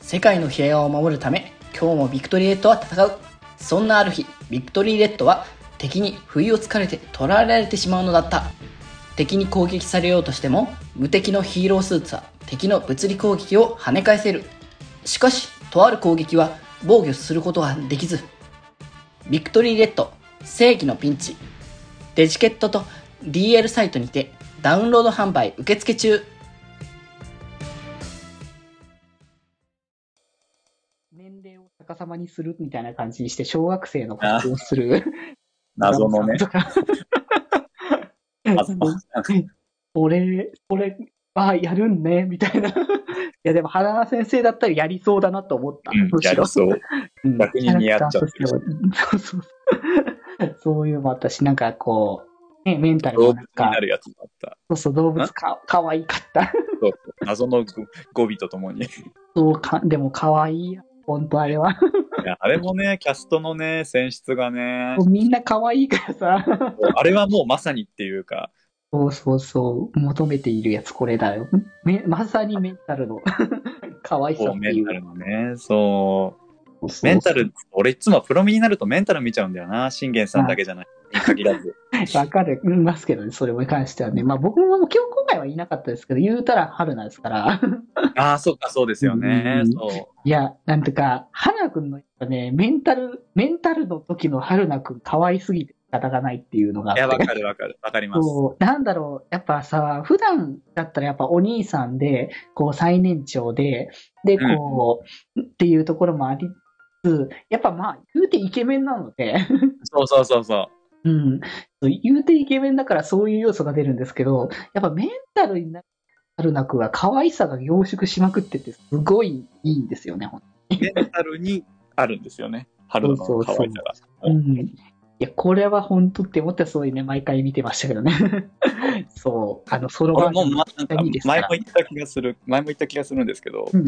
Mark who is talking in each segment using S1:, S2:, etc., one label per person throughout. S1: 世界の平和を守るため今日もビクトリーレッドは戦うそんなある日ビクトリーレッドは敵に不意をつかれて捕らえられてしまうのだった敵に攻撃されようとしても無敵のヒーロースーツは敵の物理攻撃を跳ね返せるしかしとある攻撃は防御することはできずビクトリーレッド正義のピンチデジケットと DL サイトにてダウンロード販売受付中年齢を逆さまにするみたいな感じにして小学生の格好をする
S2: 謎 のね。
S1: とか
S2: 謎の
S1: 俺、俺はやるんね、みたいな。い や、でも、原先生だったらやりそうだなと思った。
S2: うん
S1: む
S2: や
S1: しろ
S2: り。そう。
S1: うん
S2: 逆に似合っちゃってる
S1: キャラクターとしてはうんそうそうそう。そういうのもあったし、なんかこう、ね、メンタルも
S2: 動物
S1: な
S2: に
S1: んか
S2: な、るやつだった。
S1: そうそう、動物かかわいかった。
S2: そうそう謎の語語尾とともに。い
S1: そうか、でもかわいいや。本当あ れは。
S2: やあれもね、キャストのね、選出がね、
S1: もうみんなかわいいからさ。
S2: あれはもうまさにっていうか、
S1: そうそうそう、求めているやつこれだよ。めまさにメンタルの かわいさ
S2: こ
S1: っ
S2: う
S1: て
S2: メ
S1: い
S2: ン
S1: う
S2: タ。ルのね、そ
S1: そ
S2: う。
S1: うそう
S2: メンタル、俺いつもプロミになるとメンタル見ちゃうんだよな。信玄さんだけじゃない。に限らず。
S1: わかる、うんますけどね、それに関してはね。まあ僕も今日今回はいなかったですけど、言うたら春菜ですから。
S2: ああ、そうか、そうですよね
S1: う。ん
S2: そう。
S1: いや、なんとか、春菜くんのやっぱね、メンタル、メンタルの時の春菜くん可愛すぎて仕方がないっていうのが
S2: いや、
S1: あ
S2: わ
S1: って。
S2: かるわかる。わかります。
S1: そう、なんだろう、やっぱさ、普段だったらやっぱお兄さんで、こう最年長で、で、こう、っていうところもありつつ、やっぱまあ、言うてイケメンなので、
S2: そうそうそうそう。
S1: うん。言うてイケメンだからそういう要素が出るんですけど、やっぱメンタルになるなくは可愛さが凝縮しまくってて、すごいいいんですよね、ほん
S2: メンタルにあるんですよね。春の可愛さ
S1: そう
S2: が。
S1: とうん。いや、これは本当って思ったらそういうね、毎回見てましたけどね。 そう。あの、ソロ
S2: 俺
S1: バージ
S2: も
S1: ョン
S2: まなんか
S1: いいですか
S2: 前
S1: ら
S2: も言った気がする、前も言った気がするんですけど、
S1: うん。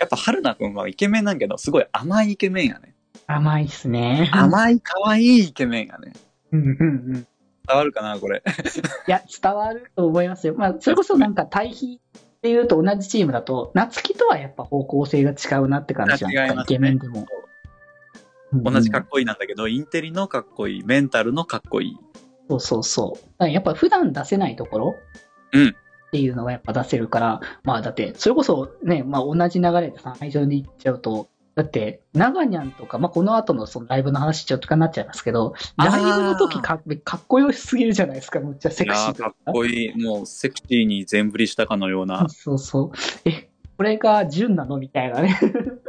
S2: やっぱ春菜くんはイケメンなんやけど、すごい甘いイケメンやね。
S1: 甘いっす ね。
S2: 甘い可愛いイケメンやね。
S1: うんうんうん。い
S2: 伝わるかな、これ。
S1: や、伝わると思いますよ。まあ、それこそなんか対比っていうと同じチームだと、夏希とはやっぱ方向性が違うなって感じじゃないですか、
S2: 違いますね
S1: イケメンでも。
S2: 同じ
S1: 格
S2: かっこいいなんだけど、インテリのかっこいい、メンタルのかっこいい。
S1: そうそうそう。だからやっぱ普段出せないところ
S2: うん
S1: っていうのがやっぱ出せるから、まあだって、それこそね、まあ同じ流れでさ、会場に行っちゃうと、だって、長にゃんとか、まあこの後のそのライブの話ちょっとかになっちゃいますけど、
S2: あ
S1: ラ
S2: ー
S1: イブの時かっかっこよすぎるじゃないですか、むっちゃセ
S2: い
S1: クシ
S2: や
S1: ー
S2: ーかっ
S1: と
S2: こいい。もうセクシーに全振りしたかのよ うな。
S1: そうそう。え、これが純なのみたいなね。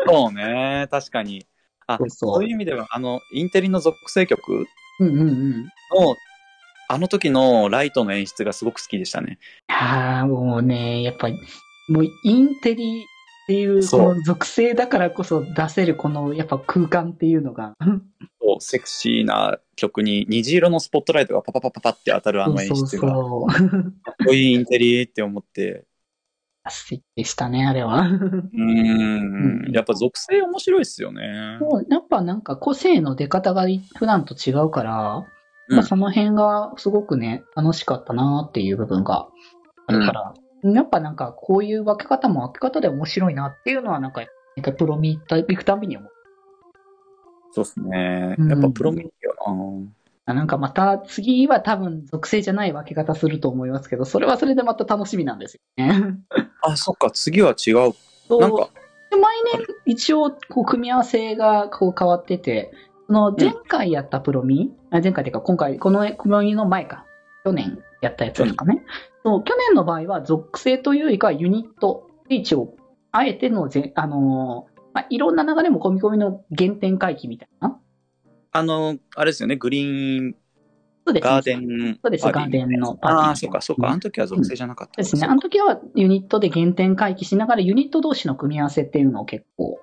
S2: そうね、確かに。あ
S1: そうそ
S2: そう
S1: う
S2: いう。意味では、あの、インテリの属性曲
S1: うんうんうん。
S2: の、あの時のライトの演出がすごく好きでしたね。
S1: ああ、もうね、やっぱり、もうインテリっていう、
S2: そう
S1: この属性だからこそ出せる、この、やっぱ空間っていうの が、
S2: こうセクシーな曲に虹色のスポットライトがパパパパパって当たるあの演
S1: そう
S2: 出
S1: そ
S2: が、か
S1: うそう。
S2: っこいいインテリって思って、
S1: 素敵でしたね、あれは。
S2: うー、
S1: うんん
S2: やっぱ属性面白いっすよ ね。
S1: もうやっぱなんか個性の出方が普段と違うから、
S2: うん
S1: まあその辺がすごくね、楽しかったなっていう部分があるから、やっぱなんかこういう分け方も分け方で面白いなっていうのはなんか、なんかプロミ行くたびに思う。
S2: そうっすね
S1: う。ん
S2: やっぱプロミティよ
S1: なんかまた次は多分属性じゃない分け方すると思いますけど、それはそれでまた楽しみなんですよね。
S2: な。あ、そっか、次は違う。
S1: そう
S2: なんか、
S1: で毎年一応こう組み合わせがこう変わってて、その前回やったプロミ、あ前回っていうか今回、このプロミの前か、去年やったやつとかね、そう去年の場合は属性というよりかはユニットで一応、あえてのぜ、あのーまあ、いろんな流れも込み込みの原点回帰みたいな。
S2: あの、あれですよね、グリーン
S1: そうですね
S2: ガーデン
S1: そうです、
S2: パーテ
S1: ガ
S2: ィー
S1: ーデンのパーティー。
S2: ああ、そっか、そっか、あの時は属性じゃなかった。
S1: そうですね。あの時はユニットで原点回帰しながら、ユニット同士の組み合わせっていうのを結構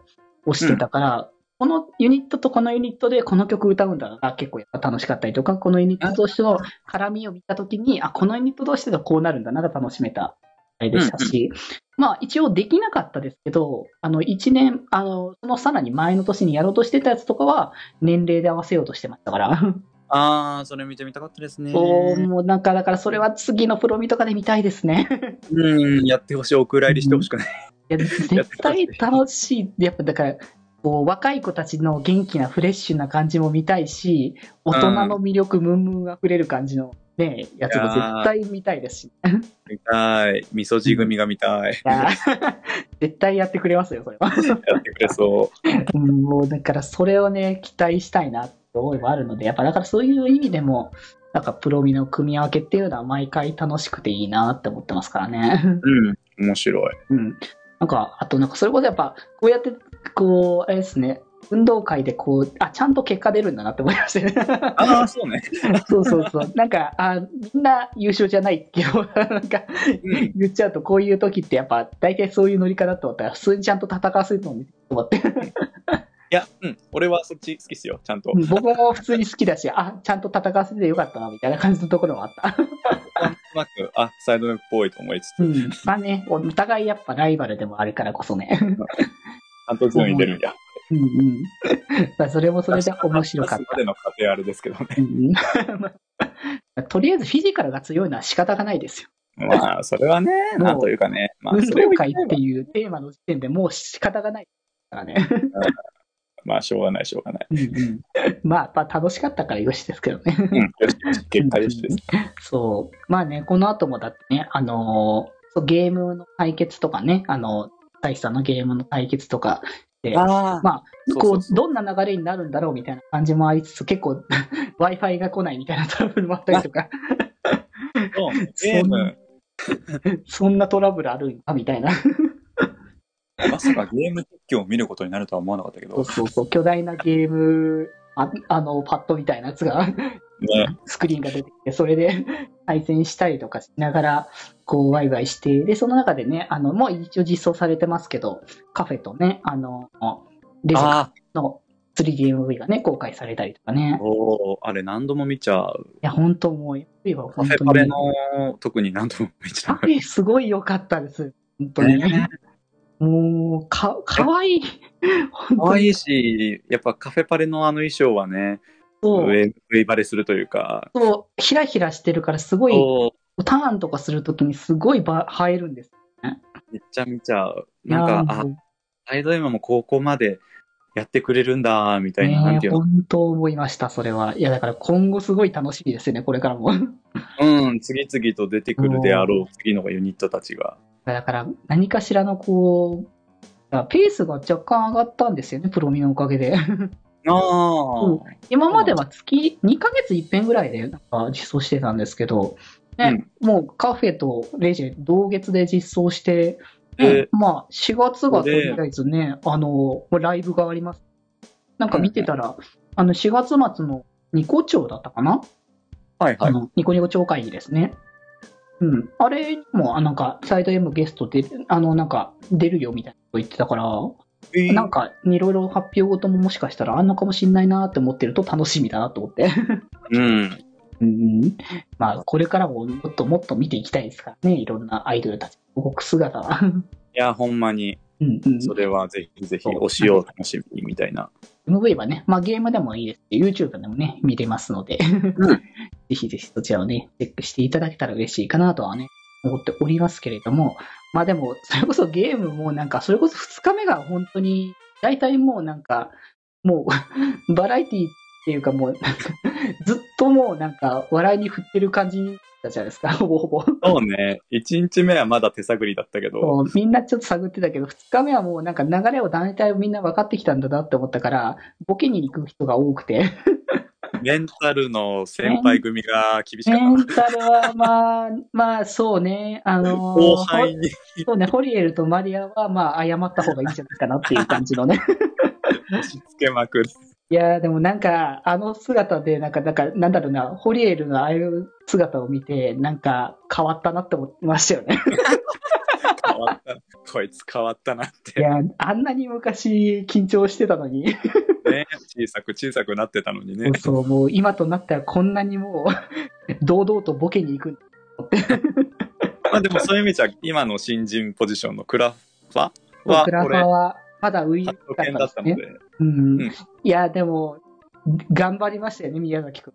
S1: 押してたから、このユニットとこのユニットでこの曲歌うんだが結構やっぱ楽しかったりとか、このユニット同士の絡みを見た時に、あ、このユニット同士だとこうなるんだなが楽しめた。あれでしたし、まあ一応できなかったですけど、あの一年、あの、そのさらに前の年にやろうとしてたやつとかは年齢で合わせようとしてましたから。
S2: ああ、それ見てみたかったですね。
S1: おー
S2: う
S1: もうなんかだからそれは次のプロミとかで見たいですね。
S2: ん、やってほしい、お蔵入りしてほしくない。
S1: や、絶対楽しい。やっぱだから、こう、若い子たちの元気なフレッシュな感じも見たいし、大人の魅力、ムンムン溢れる感じのね、やつも絶対見たいですし。
S2: 見たい。味噌汁組が見たい。
S1: いや絶対やってくれますよ、それは。
S2: やってくれそ
S1: うんもうだからそれをね、期待したいなって思いはあるので、やっぱだからそういう意味でも、なんかプロミの組み分けっていうのは毎回楽しくていいなって思ってますからね。
S2: う。うん。面白い。
S1: うん。なんか、あとなんかそれこそやっぱ、こうやって、こう、あれですね、運動会でこう、あ、ちゃんと結果出るんだなって思いましたね。
S2: ああ、そうね。
S1: そうそうそう。なんか、あ、みんな優勝じゃないけど、 なんか、
S2: うん。
S1: 言っちゃうとこういう時ってやっぱ、大体そういう乗り方だと思ったら、普通にちゃんと戦わせるのに、と思って。
S2: いや、うん。俺はそっち好きっすよ。ちゃんと。
S1: うん僕も普通に好きだし、あ、ちゃんと戦わせてよかったな、みたいな感じのところもあった。
S2: なんとなく、あ、サイドネックっぽいと思いつつ、
S1: う
S2: ち
S1: ん。まあね、お互いやっぱライバルでもあるからこそね。
S2: ゃんと順位出るんや。
S1: うんうん。 まあそれもそれで面白かっ
S2: 出すまでの過程あれですけどね。
S1: た。うん うんとりあえずフィジカルが強いのは仕方がないですよ。
S2: まあ、それはね、
S1: もう
S2: なんというかね。まあ、
S1: 運
S2: それを
S1: 動
S2: 言
S1: 会
S2: え
S1: って
S2: ば、
S1: いうテーマの時点でもう仕方がないからね。
S2: まあ、しょうがない、しょうがない。
S1: うんうん まあ、まあ楽しかったからよしですけどね。
S2: うん。よしよし、結果よしです。
S1: そう。まあね、この後もだってね、あのーそうゲームの対決とかね、あの、大さんのゲームの対決とかで、
S2: あ
S1: まあ、
S2: そう
S1: こ
S2: そううそう
S1: どんな流れになるんだろうみたいな感じもありつつ、結構 Wi-Fi が来ないみたいな トラブルもあったりと か、
S2: ゲー
S1: そん
S2: ム
S1: な、そんなトラブルあるんかみたいな。
S2: まさかゲーム実況を見ることになるとは思わなかったけ
S1: そう
S2: ど、
S1: そうそう、 巨大なゲーム、ああの、パッドみたいなやつが、
S2: ね、
S1: スクリーンが出てきて、それで 対戦したりとかしながら、こう、ワイワイして、で、その中でね、あの、もう一応実装されてますけど、カフェとね、あの、レジ
S2: あ
S1: の 3DMV がね、公開されたりとか
S2: あ、
S1: ね。
S2: おーあれ何度も見ちゃう。
S1: いや、本当もう、今は
S2: カ
S1: 本
S2: フェ
S1: 当
S2: パレ
S1: に。
S2: の特に何度も見ち
S1: カ
S2: ゃ
S1: フェすごい良かったです。本当に。
S2: ね
S1: もう、か、かわいい。
S2: う。可
S1: 本当
S2: 愛
S1: に
S2: いし、やっぱカフェパレのあの衣装はね、
S1: そう。
S2: 上、上バレするというか、
S1: そう、ひらひらしてるから、すごい、
S2: おー
S1: ターンとかするときにすごいば映えるんです。
S2: めっちゃ見ちゃう。なん
S1: いや
S2: か、あ
S1: ー、
S2: アイドルもここまでやってくれるんだ、みたい
S1: ね
S2: な、なんて
S1: え
S2: いうの。
S1: 本当思いました、それは。いや、だから今後すごい楽しみですよね、これからも。
S2: うん、次々と出てくるであろう、次のユニットたちが。
S1: だから何かしらのこう、だからペースが若干上がったんですよね、プロミのおかげで。
S2: ああ、
S1: うん 今までは月2ヶ月一遍ぐらいでなんか実装してたんですけど、ねもうカフェとレジ同月で実装して、
S2: で
S1: ねまあ4月がと
S2: で
S1: りあえずね、あの、もうライブがあります。なんか見てたら、あの4月末のニコ町だったかな
S2: はいは
S1: あ
S2: い。
S1: の、ニコニコ超会議ですね。うん。あれにも、あなんか、サイド M ゲストで、あの、なんか、出るよみたいなこと言ってたから、
S2: えー
S1: なんか、いろいろ発表ごとももしかしたらあんのかもしんないなって思ってると楽しみだなと思って。
S2: うん。
S1: うん。まあ、これからももっともっと見ていきたいですからね、いろんなアイドルたちの動く姿は。
S2: いや、ほんまに、
S1: うんうん。
S2: それはぜひぜひ、
S1: そう
S2: 推しを楽しみにみたいな。
S1: MV はね、まあゲームでもいいですし、YouTube でもね、見れますので、 ぜひぜひそちらをね、チェックしていただけたら嬉しいかなとはね、思っておりますけれども、まあでも、それこそゲームもなんか、それこそ2日目が本当に、大体もうなんか、もう、 バラエティっていうかもう、なんかずっともうなんか、笑いに振ってる感じだったじゃないですか、ほぼほぼ。
S2: そうね、1日目はまだ手探りだったけど、
S1: こうみんなちょっと探ってたけど、2日目はもうなんか流れを大体みんな分かってきたんだなって思ったから、ボケに行く人が多くて。
S2: レンタルの先輩組が厳しか
S1: メ
S2: っ
S1: ンタルは、まあ、まあ、そうね。あ
S2: た。
S1: のー
S2: 後輩に、
S1: ほそうね、ホリエルとマリアは、まあ、謝った方がいいんじゃないかなっていう感じの ね。
S2: 押し付けまくる。
S1: いやーでもなんか、あの姿で、なんか、なんか、なんだろうな、ホリエルのああいう姿を見て、なんか、変わったなって思いましたよ ね。
S2: 変わった。こいつ変わったなっ
S1: い
S2: て。
S1: やーあんなに昔、緊張してたのに、
S2: ね、小さく小さくなってたのにね。
S1: そう、もう、今となってはこんなにも う、堂々とボケに行く。
S2: まあでもそういう意味じゃ、今の新人ポジションのクラファは、
S1: 僕ら
S2: これ、
S1: は、まだ初々し
S2: 発
S1: か
S2: 見だ
S1: っ
S2: ったた
S1: で
S2: の
S1: すね。
S2: で。
S1: うん
S2: うん
S1: いや、でも、頑張りましたよね、宮 崎君。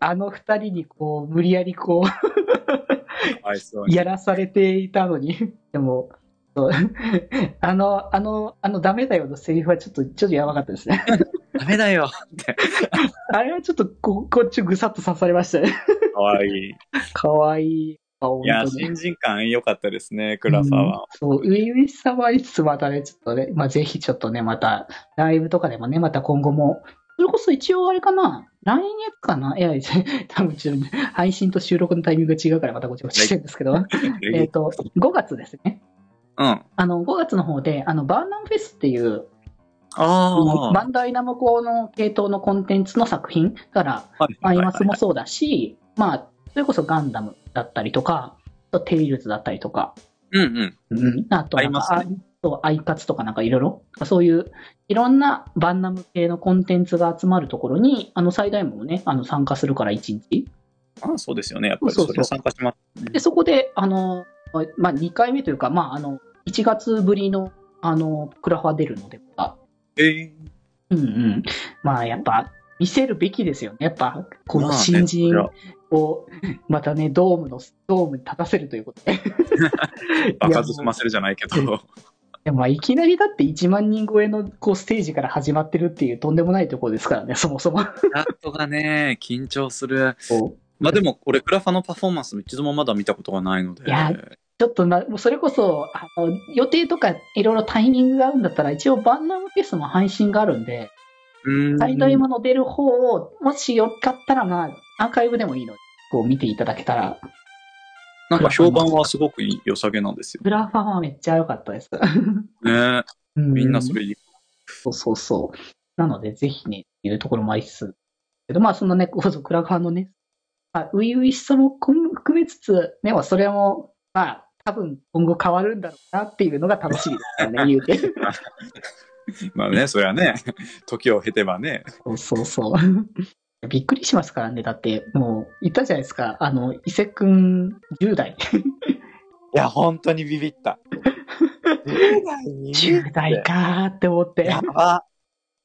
S1: あの二人にこう、無理やりこ
S2: かわいそう
S1: う、
S2: に。
S1: やらされていたのに。でも、あの、あの、あの、ダメだよのセリフはちょっと、ちょっとやばかったですね。
S2: ダメだよ。
S1: あれはちょっとこ、こっちぐさっと刺されましたね。
S2: かわいい。
S1: かわいい。あ、本
S2: いや、
S1: 当に。
S2: 新人感良かったですね、クラファーは。
S1: そう、初々しさもありつつ、またね、ちょっとね、まあ、ぜひちょっとね、また、ライブとかでもね、また今後も、それこそ一応あれかな、来月かないや、多分ちょっと配信と収録のタイミングが違うから、またごちゃごちゃしてるんですけど、えっと、5月ですね。
S2: うん。あ
S1: あの、5月の方で、あの、バーナンフェスっていう、
S2: あ
S1: バンダイナムコの系統のコンテンツの作品だから、
S2: はい
S1: まあ、
S2: はい
S1: イ
S2: はい
S1: マスもそうだし、まあ、それこそガンダムだったりとか、あとテイルズだったりとか、
S2: うんうん。
S1: うん、あとな
S2: あり
S1: ん
S2: ま
S1: か、
S2: すね
S1: あそうアイカツとかなんかいろいろ、そういういろんなバンナム系のコンテンツが集まるところに、あの、最大門もね、あの、参加するから1日。
S2: ああそうですよね。やっぱり
S1: そう
S2: そ
S1: そう
S2: れは参加します。
S1: で、そこで、あの、まあ、2回目というか、まあ、あの、1月ぶりの、あの、クラファ出るので、また
S2: ええ
S1: うんうん。まあ、やっぱ、見せるべきですよね。やっぱ、こ
S2: まあ
S1: の
S2: ね
S1: 新人
S2: そりゃ
S1: を、またね、ドームの、ドームに立たせるということ で。
S2: 爆発済ませるじゃないけど。
S1: でもまあ、いきなりだって1万人超えのこうステージから始まってるっていうとんでもないところですからね、そもそも。
S2: チャットがね、緊張する。
S1: こう
S2: まあでも、俺、クラファのパフォーマンス一度もまだ見たことがないので。
S1: いやちょっとな、もうそれこそ、あの予定とかいろいろタイミングが合うんだったら、一応バンナムフェスも配信があるんで、
S2: うん。
S1: 最大もの出る方を、もしよかったら、まあ、アーカイブでもいいので、こう見ていただけたら、
S2: なんか評判はすごく良さげなんですよ。
S1: グラファンはめっちゃ良かったです。
S2: ねみんなそれいい。
S1: そうそうそう。なので、ぜひね、いうところもありつつ。けど、まあ、そのね、こそクラファンのね、まあ、初々しさも含めつつ、でもそれも、まあ、多分今後変わるんだろうなっていうのが楽しみですよ ね、言うて。
S2: まあね、そりゃね、 時を経てばね。
S1: そうそうそう。びっくりしますからね。だって、もう、言ったじゃないですか。あの、伊勢くん、10代。
S2: いや、本当にビビった。10代に
S1: 10代かーって思って、
S2: やば。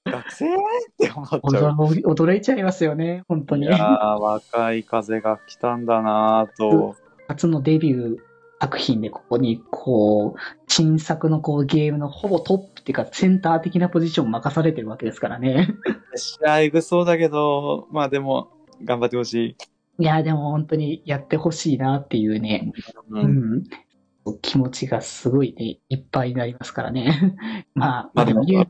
S2: 学生って思っちゃう。
S1: 驚驚いちゃいますよね、本当
S2: い
S1: に
S2: や。ー、若い風が来たんだなぁと。
S1: 初のデビュー作品でここにこう、新作のこうゲームのほぼトップっていうかセンター的なポジションを任されてるわけですからね。
S2: 試合えぐそうだけど、まあでも、頑張ってほしい。
S1: いや、でも本当にやってほしいなっていうね、
S2: う。
S1: うんん、気持ちがすごいね、いっぱいになりますからね。 まあ、ま
S2: まあ
S1: あで
S2: でも
S1: も、言う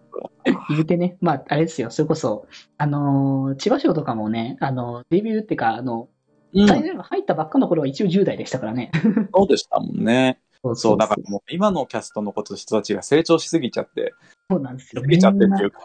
S1: 言うてね、まああれですよ、それこそ、あのー千葉賞とかもね、あのデビューっていうか、あの、
S2: うん、
S1: 大学入ったばっかの頃は一応10代でしたからね。
S2: そうでしたもんね。
S1: そう
S2: そう、だからもう今のキャストのこと人たちが成長しすぎちゃって、
S1: そうなんです
S2: し
S1: よ、
S2: すぎちゃってっていうか、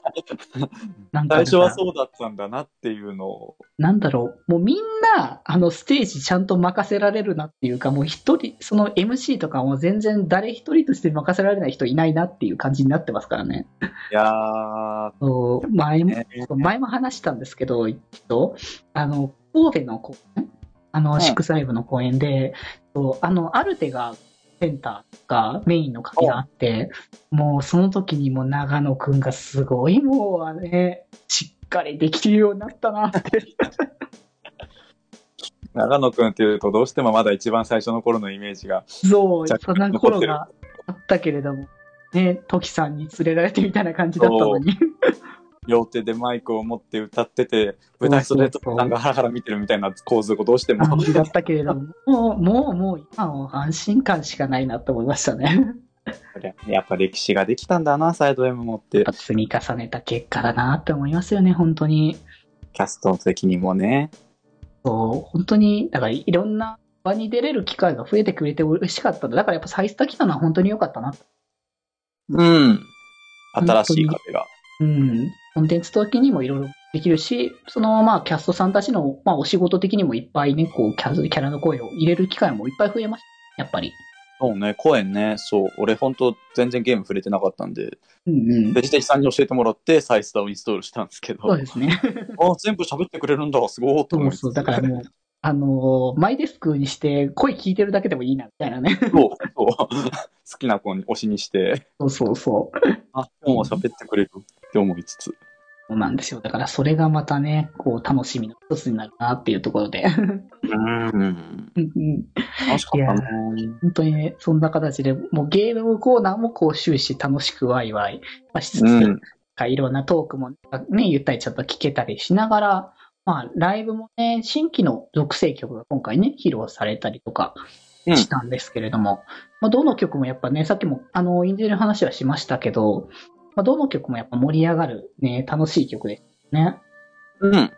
S1: なんかだから
S2: 最初はそうだったんだなっていうのを、
S1: なんだろう、もうみんな、あの、ステージちゃんと任せられるなっていうか、もう一人、その MC とかも全然誰一人として任せられない人いないなっていう感じになってますからね。
S2: いやー、
S1: そう前も
S2: ね、
S1: 前も話したんですけど、一度、あの、神戸の公演、あ
S2: うん
S1: の、シックスライブの公演で、そうあの、アルテが、センターがメインの会があって、もうその時にもう長野くんがすごいもうね、しっかりできるようになったなって。
S2: 長野くんっていうとどうしてもまだ一番最初の頃のイメージが、
S1: そう、
S2: 若
S1: そ
S2: 干
S1: んな頃があったけれども、ね、トキさんに連れられてみたいな感じだったのに、
S2: 両手でマイクを持って歌ってて、舞台袖とかなんかハラハラ見てるみたいな構図をどうしても、
S1: 感じだったけれども、もう、もう、もう今も安心感しかないなと思いましたね。
S2: やっぱ歴史ができたんだな、サイド M もって
S1: やっぱ、積み重ねた結果だなって思いますよね、本当に。
S2: キャストの責任もね。
S1: そう、本当に、だからいろんな場に出れる機会が増えてくれて嬉しかったんだ。だからやっぱ最多来たのは本当に良かったな
S2: うん。新しい風が。
S1: うん、コンテンツ的にもいろいろできるし、そのまあキャストさんたちの、まあ、お仕事的にもいっぱいね、こうキャスキャラの声を入れる機会もいっぱい増えました、やっぱり。
S2: そうね、公演ね、そう、俺ほんと全然ゲーム触れてなかったんで、
S1: うんうん
S2: ベ。ジテジさんに教えてもらって、サイスターをインストールしたんですけど、
S1: そう
S2: あ
S1: ですね。
S2: 全部喋ってくれるんだ、すごい
S1: そ
S2: と思いうつつ
S1: そう。だからもう、あのーマイデスクにして声聞いてるだけでもいいな、みたいなね。
S2: そう、そう、 好きな子に推しにして、
S1: そうそうそ
S2: あ、今日も喋ってくれるって思いつつ。
S1: う。そうなんですよ。だからそれがまたね、こう楽しみの一つになるなっていうところで。
S2: う
S1: う
S2: ん。
S1: んうん
S2: 楽しかったな。
S1: 本当にね、そんな形で、もうゲームコーナーもこう終始楽しくワイワイまあしつつ、
S2: うん。
S1: なんかいろんなトークもね、ゆったりちょっと聞けたりしながら、まあ、ライブもね、新規の属性曲が今回ね、披露されたりとか
S2: うん
S1: したんですけれども、まあ、どの曲もやっぱね、さっきも、あの、インディの話はしましたけど、まあ、どの曲もやっぱ盛り上がるね、楽しい曲ですね。
S2: うん。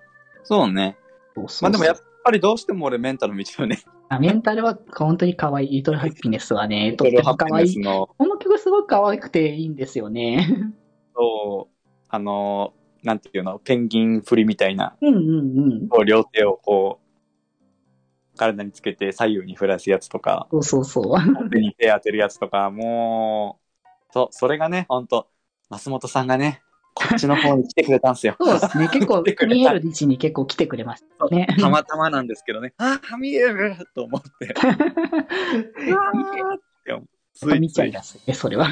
S2: そうね。
S1: そうそう
S2: まあでもやっぱりどうしても俺メンタル見ちゃう ね。
S1: あメンタルは本当に可愛い。リトルハッピネスはね、とって
S2: ドルハ
S1: も可
S2: ッピ
S1: 愛
S2: ネス
S1: い。
S2: の、
S1: この曲すごく可愛くていいんですよね。
S2: そう、あの、なんていうの、ペンギン振りみたいな、
S1: うんうんうん。
S2: こう両手をこう、体につけて左右に振らすやつとか、
S1: そうそうそう。。
S2: 手に手当てるやつとか、もう、そう、それがね、ほんと、松本さんがね、こっちの方に来てくれたんすよ
S1: そう ですね。結構
S2: 来てく、れた
S1: 見える位置に結構来てくれましたね。
S2: たまたまなんですけどね、あー、ハミエルと思って、つ
S1: 見
S2: い
S1: ち
S2: つ
S1: ゃい
S2: い
S1: やすいね、それは。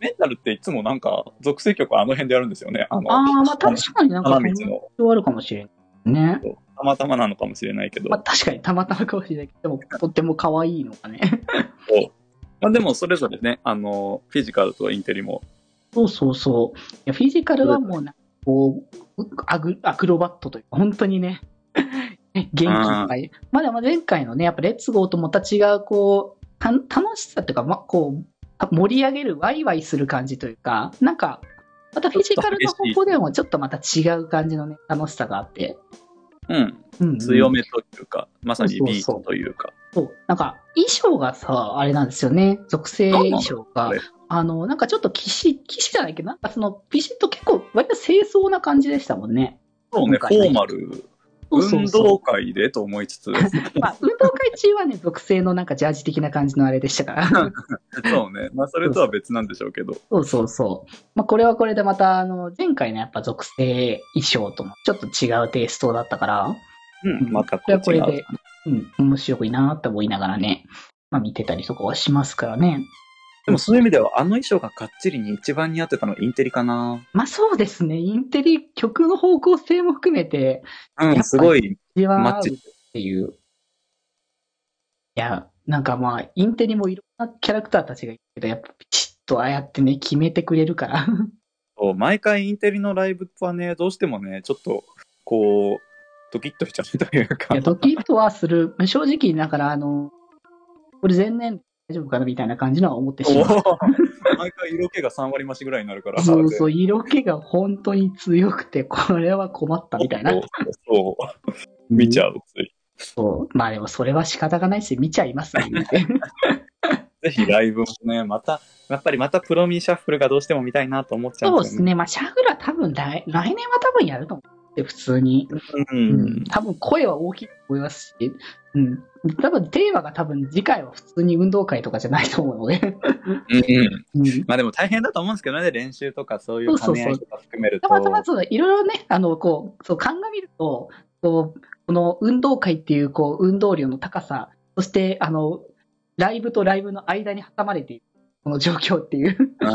S2: メンタルっていつもなんか、属性曲あの辺でやるんですよね。あの、
S1: ああ、まあ確かになんか、
S2: 花
S1: そ
S2: 道
S1: んな
S2: の、
S1: 必要あるかもしれない。ね。
S2: たまたまなのかもしれないけど。
S1: まあ確かにたまたまかもしれないけど、でもとっても可愛いのがね。
S2: まあでもそれぞれね、あの、フィジカルとインテリも、
S1: そうそうそう。いや、フィジカルはもうなんかこう、アグアクロバットというか、本当にね、 元気いっぱい。まあでも前回のね、やっぱレッツゴーともまた違う、こう、た楽しさというか、まあこう、盛り上げる、ワイワイする感じというか、なんか、またフィジカルの方向でもちょっとまた違う感じのね、楽しさがあって。
S2: うん、
S1: うんうん
S2: 強めというか、まさに
S1: そうそう
S2: ビー
S1: そう
S2: トというか。
S1: そう。なんか、衣装がさ、あれなんですよね。属性衣装が
S2: なんだろう。
S1: あの、なんかちょっと騎士、騎士じゃないけど、なんかその、ビシッと結構、割と清掃な感じでしたもんね。
S2: そうね、
S1: 今
S2: フ
S1: 回ね
S2: ォーマル。
S1: そうそう
S2: 運
S1: そう
S2: 動会でと思いつ つ、
S1: まあ、運動会中はね、属性のなんかジャージ的な感じのあれでした から。
S2: そうね、まあそれとは別なんでしょうけど。
S1: そうそうそう。まあ、これはこれでまた、あの、前回のやっぱ属性衣装ともちょっと違うテイストだったから、
S2: うん、また
S1: これはこれ
S2: う
S1: で、うん、面白いなって思いながらね、まあ見てたりとかはしますからね。
S2: でもそういう意味では、あの衣装ががっちりに一番似合ってたのインテリかな。
S1: まあそうですね、インテリ曲の方向性も含めて、
S2: う
S1: やっぱ
S2: ん、すごい。
S1: 一番合
S2: マ
S1: う
S2: ッ
S1: っ
S2: チ
S1: ていう。いや、なんかまあ、インテリもいろんなキャラクターたちがいるけど、やっぱピチッとああやってね、決めてくれる から。
S2: そう毎回インテリのライブはね、どうしてもね、ちょっと、こう、ドキッとしちゃうというか
S1: いや、。ドキッとはする。正直、だからあの、これ前年大丈夫かなみたいな感じのは思ってし
S2: お
S1: まう。
S2: ー 毎回色気が3割増しぐらいになるから。
S1: そうそう、色気が本当に強くて、これは困ったみたいな
S2: そう。そう。見ちゃう。
S1: そう。まあでも、それは仕方がないし、見ちゃいますね。
S2: ぜひライブもね、また、やっぱりまたプロミシャッフルがどうしても見たいなと思っちゃ
S1: そううんです
S2: よ。
S1: ね。まあ、シャフラ多分来、来年は多分やると思って、普通に。
S2: う
S1: うん
S2: ん。
S1: 多分声は大きいと思いますし、うん、多分テーマが多分次回は普通に運動会とかじゃないと思うの で、
S2: うん。
S1: うん、
S2: まあでも大変だと思うんですけどね、練習とかそういう兼ね合いとか含めると。
S1: たまたまそういろいろね、あのこうそう鑑みるとこう、この運動会っていうこう運動量の高さ、そしてあのライブとライブの間に挟まれているこの状況っていう、
S2: うん。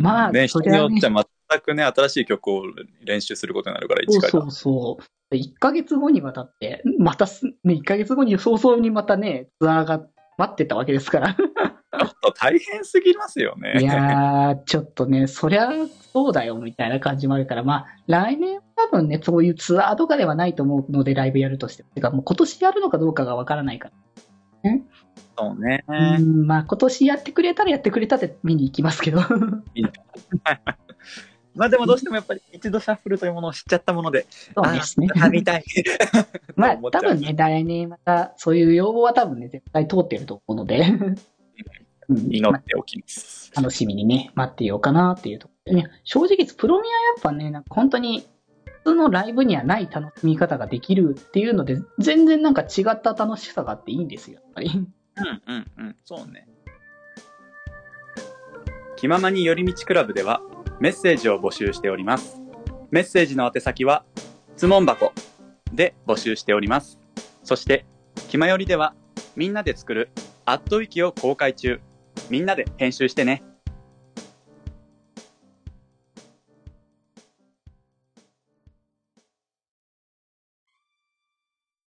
S1: まあ
S2: ね、
S1: そ
S2: 人
S1: りゃ
S2: に
S1: ね
S2: よっちゃ全くね、新しい曲を練習することになるから、一
S1: そう
S2: から。
S1: そうそう、1ヶ月後にわたって、またす、ね、1ヶ月後に早々にまたね、ツアーが待ってたわけですから。
S2: ちょっと大変すぎますよね。
S1: いやー、ちょっとね、そりゃそうだよみたいな感じもあるから、まあ、来年は多分ね、そういうツアーとかではないと思うので、ライブやるとしても。てか、もう今年やるのかどうかがわからないか
S2: そうね。
S1: ら。うん、まあ、今年やってくれたらやってくれたって見に行きますけど。 そう
S2: まあでもどうしてもやっぱり一度シャッフルというものを知っちゃったもので、
S1: ですね。
S2: ああ見 たい。
S1: まあ、
S2: 思
S1: 多
S2: っちゃう
S1: 分ね、来年また、そういう要望は多分ね、絶対通ってると思うので。うん
S2: 祈っておきます。
S1: 楽しみにね、待っていようかなっていうところでね、正直、プロミアやっぱね、なんか本当に、普通のライブにはない楽しみ方ができるっていうので、全然なんか違った楽しさがあっていいんですよ、やっぱり。
S2: うんうんうん、そうね。気ままに寄り道クラブではメッセージを募集しております。メッセージの宛先は質問箱で募集しております。そして、気まよりではみんなで作るアットウィキを公開中。みんなで編集してね。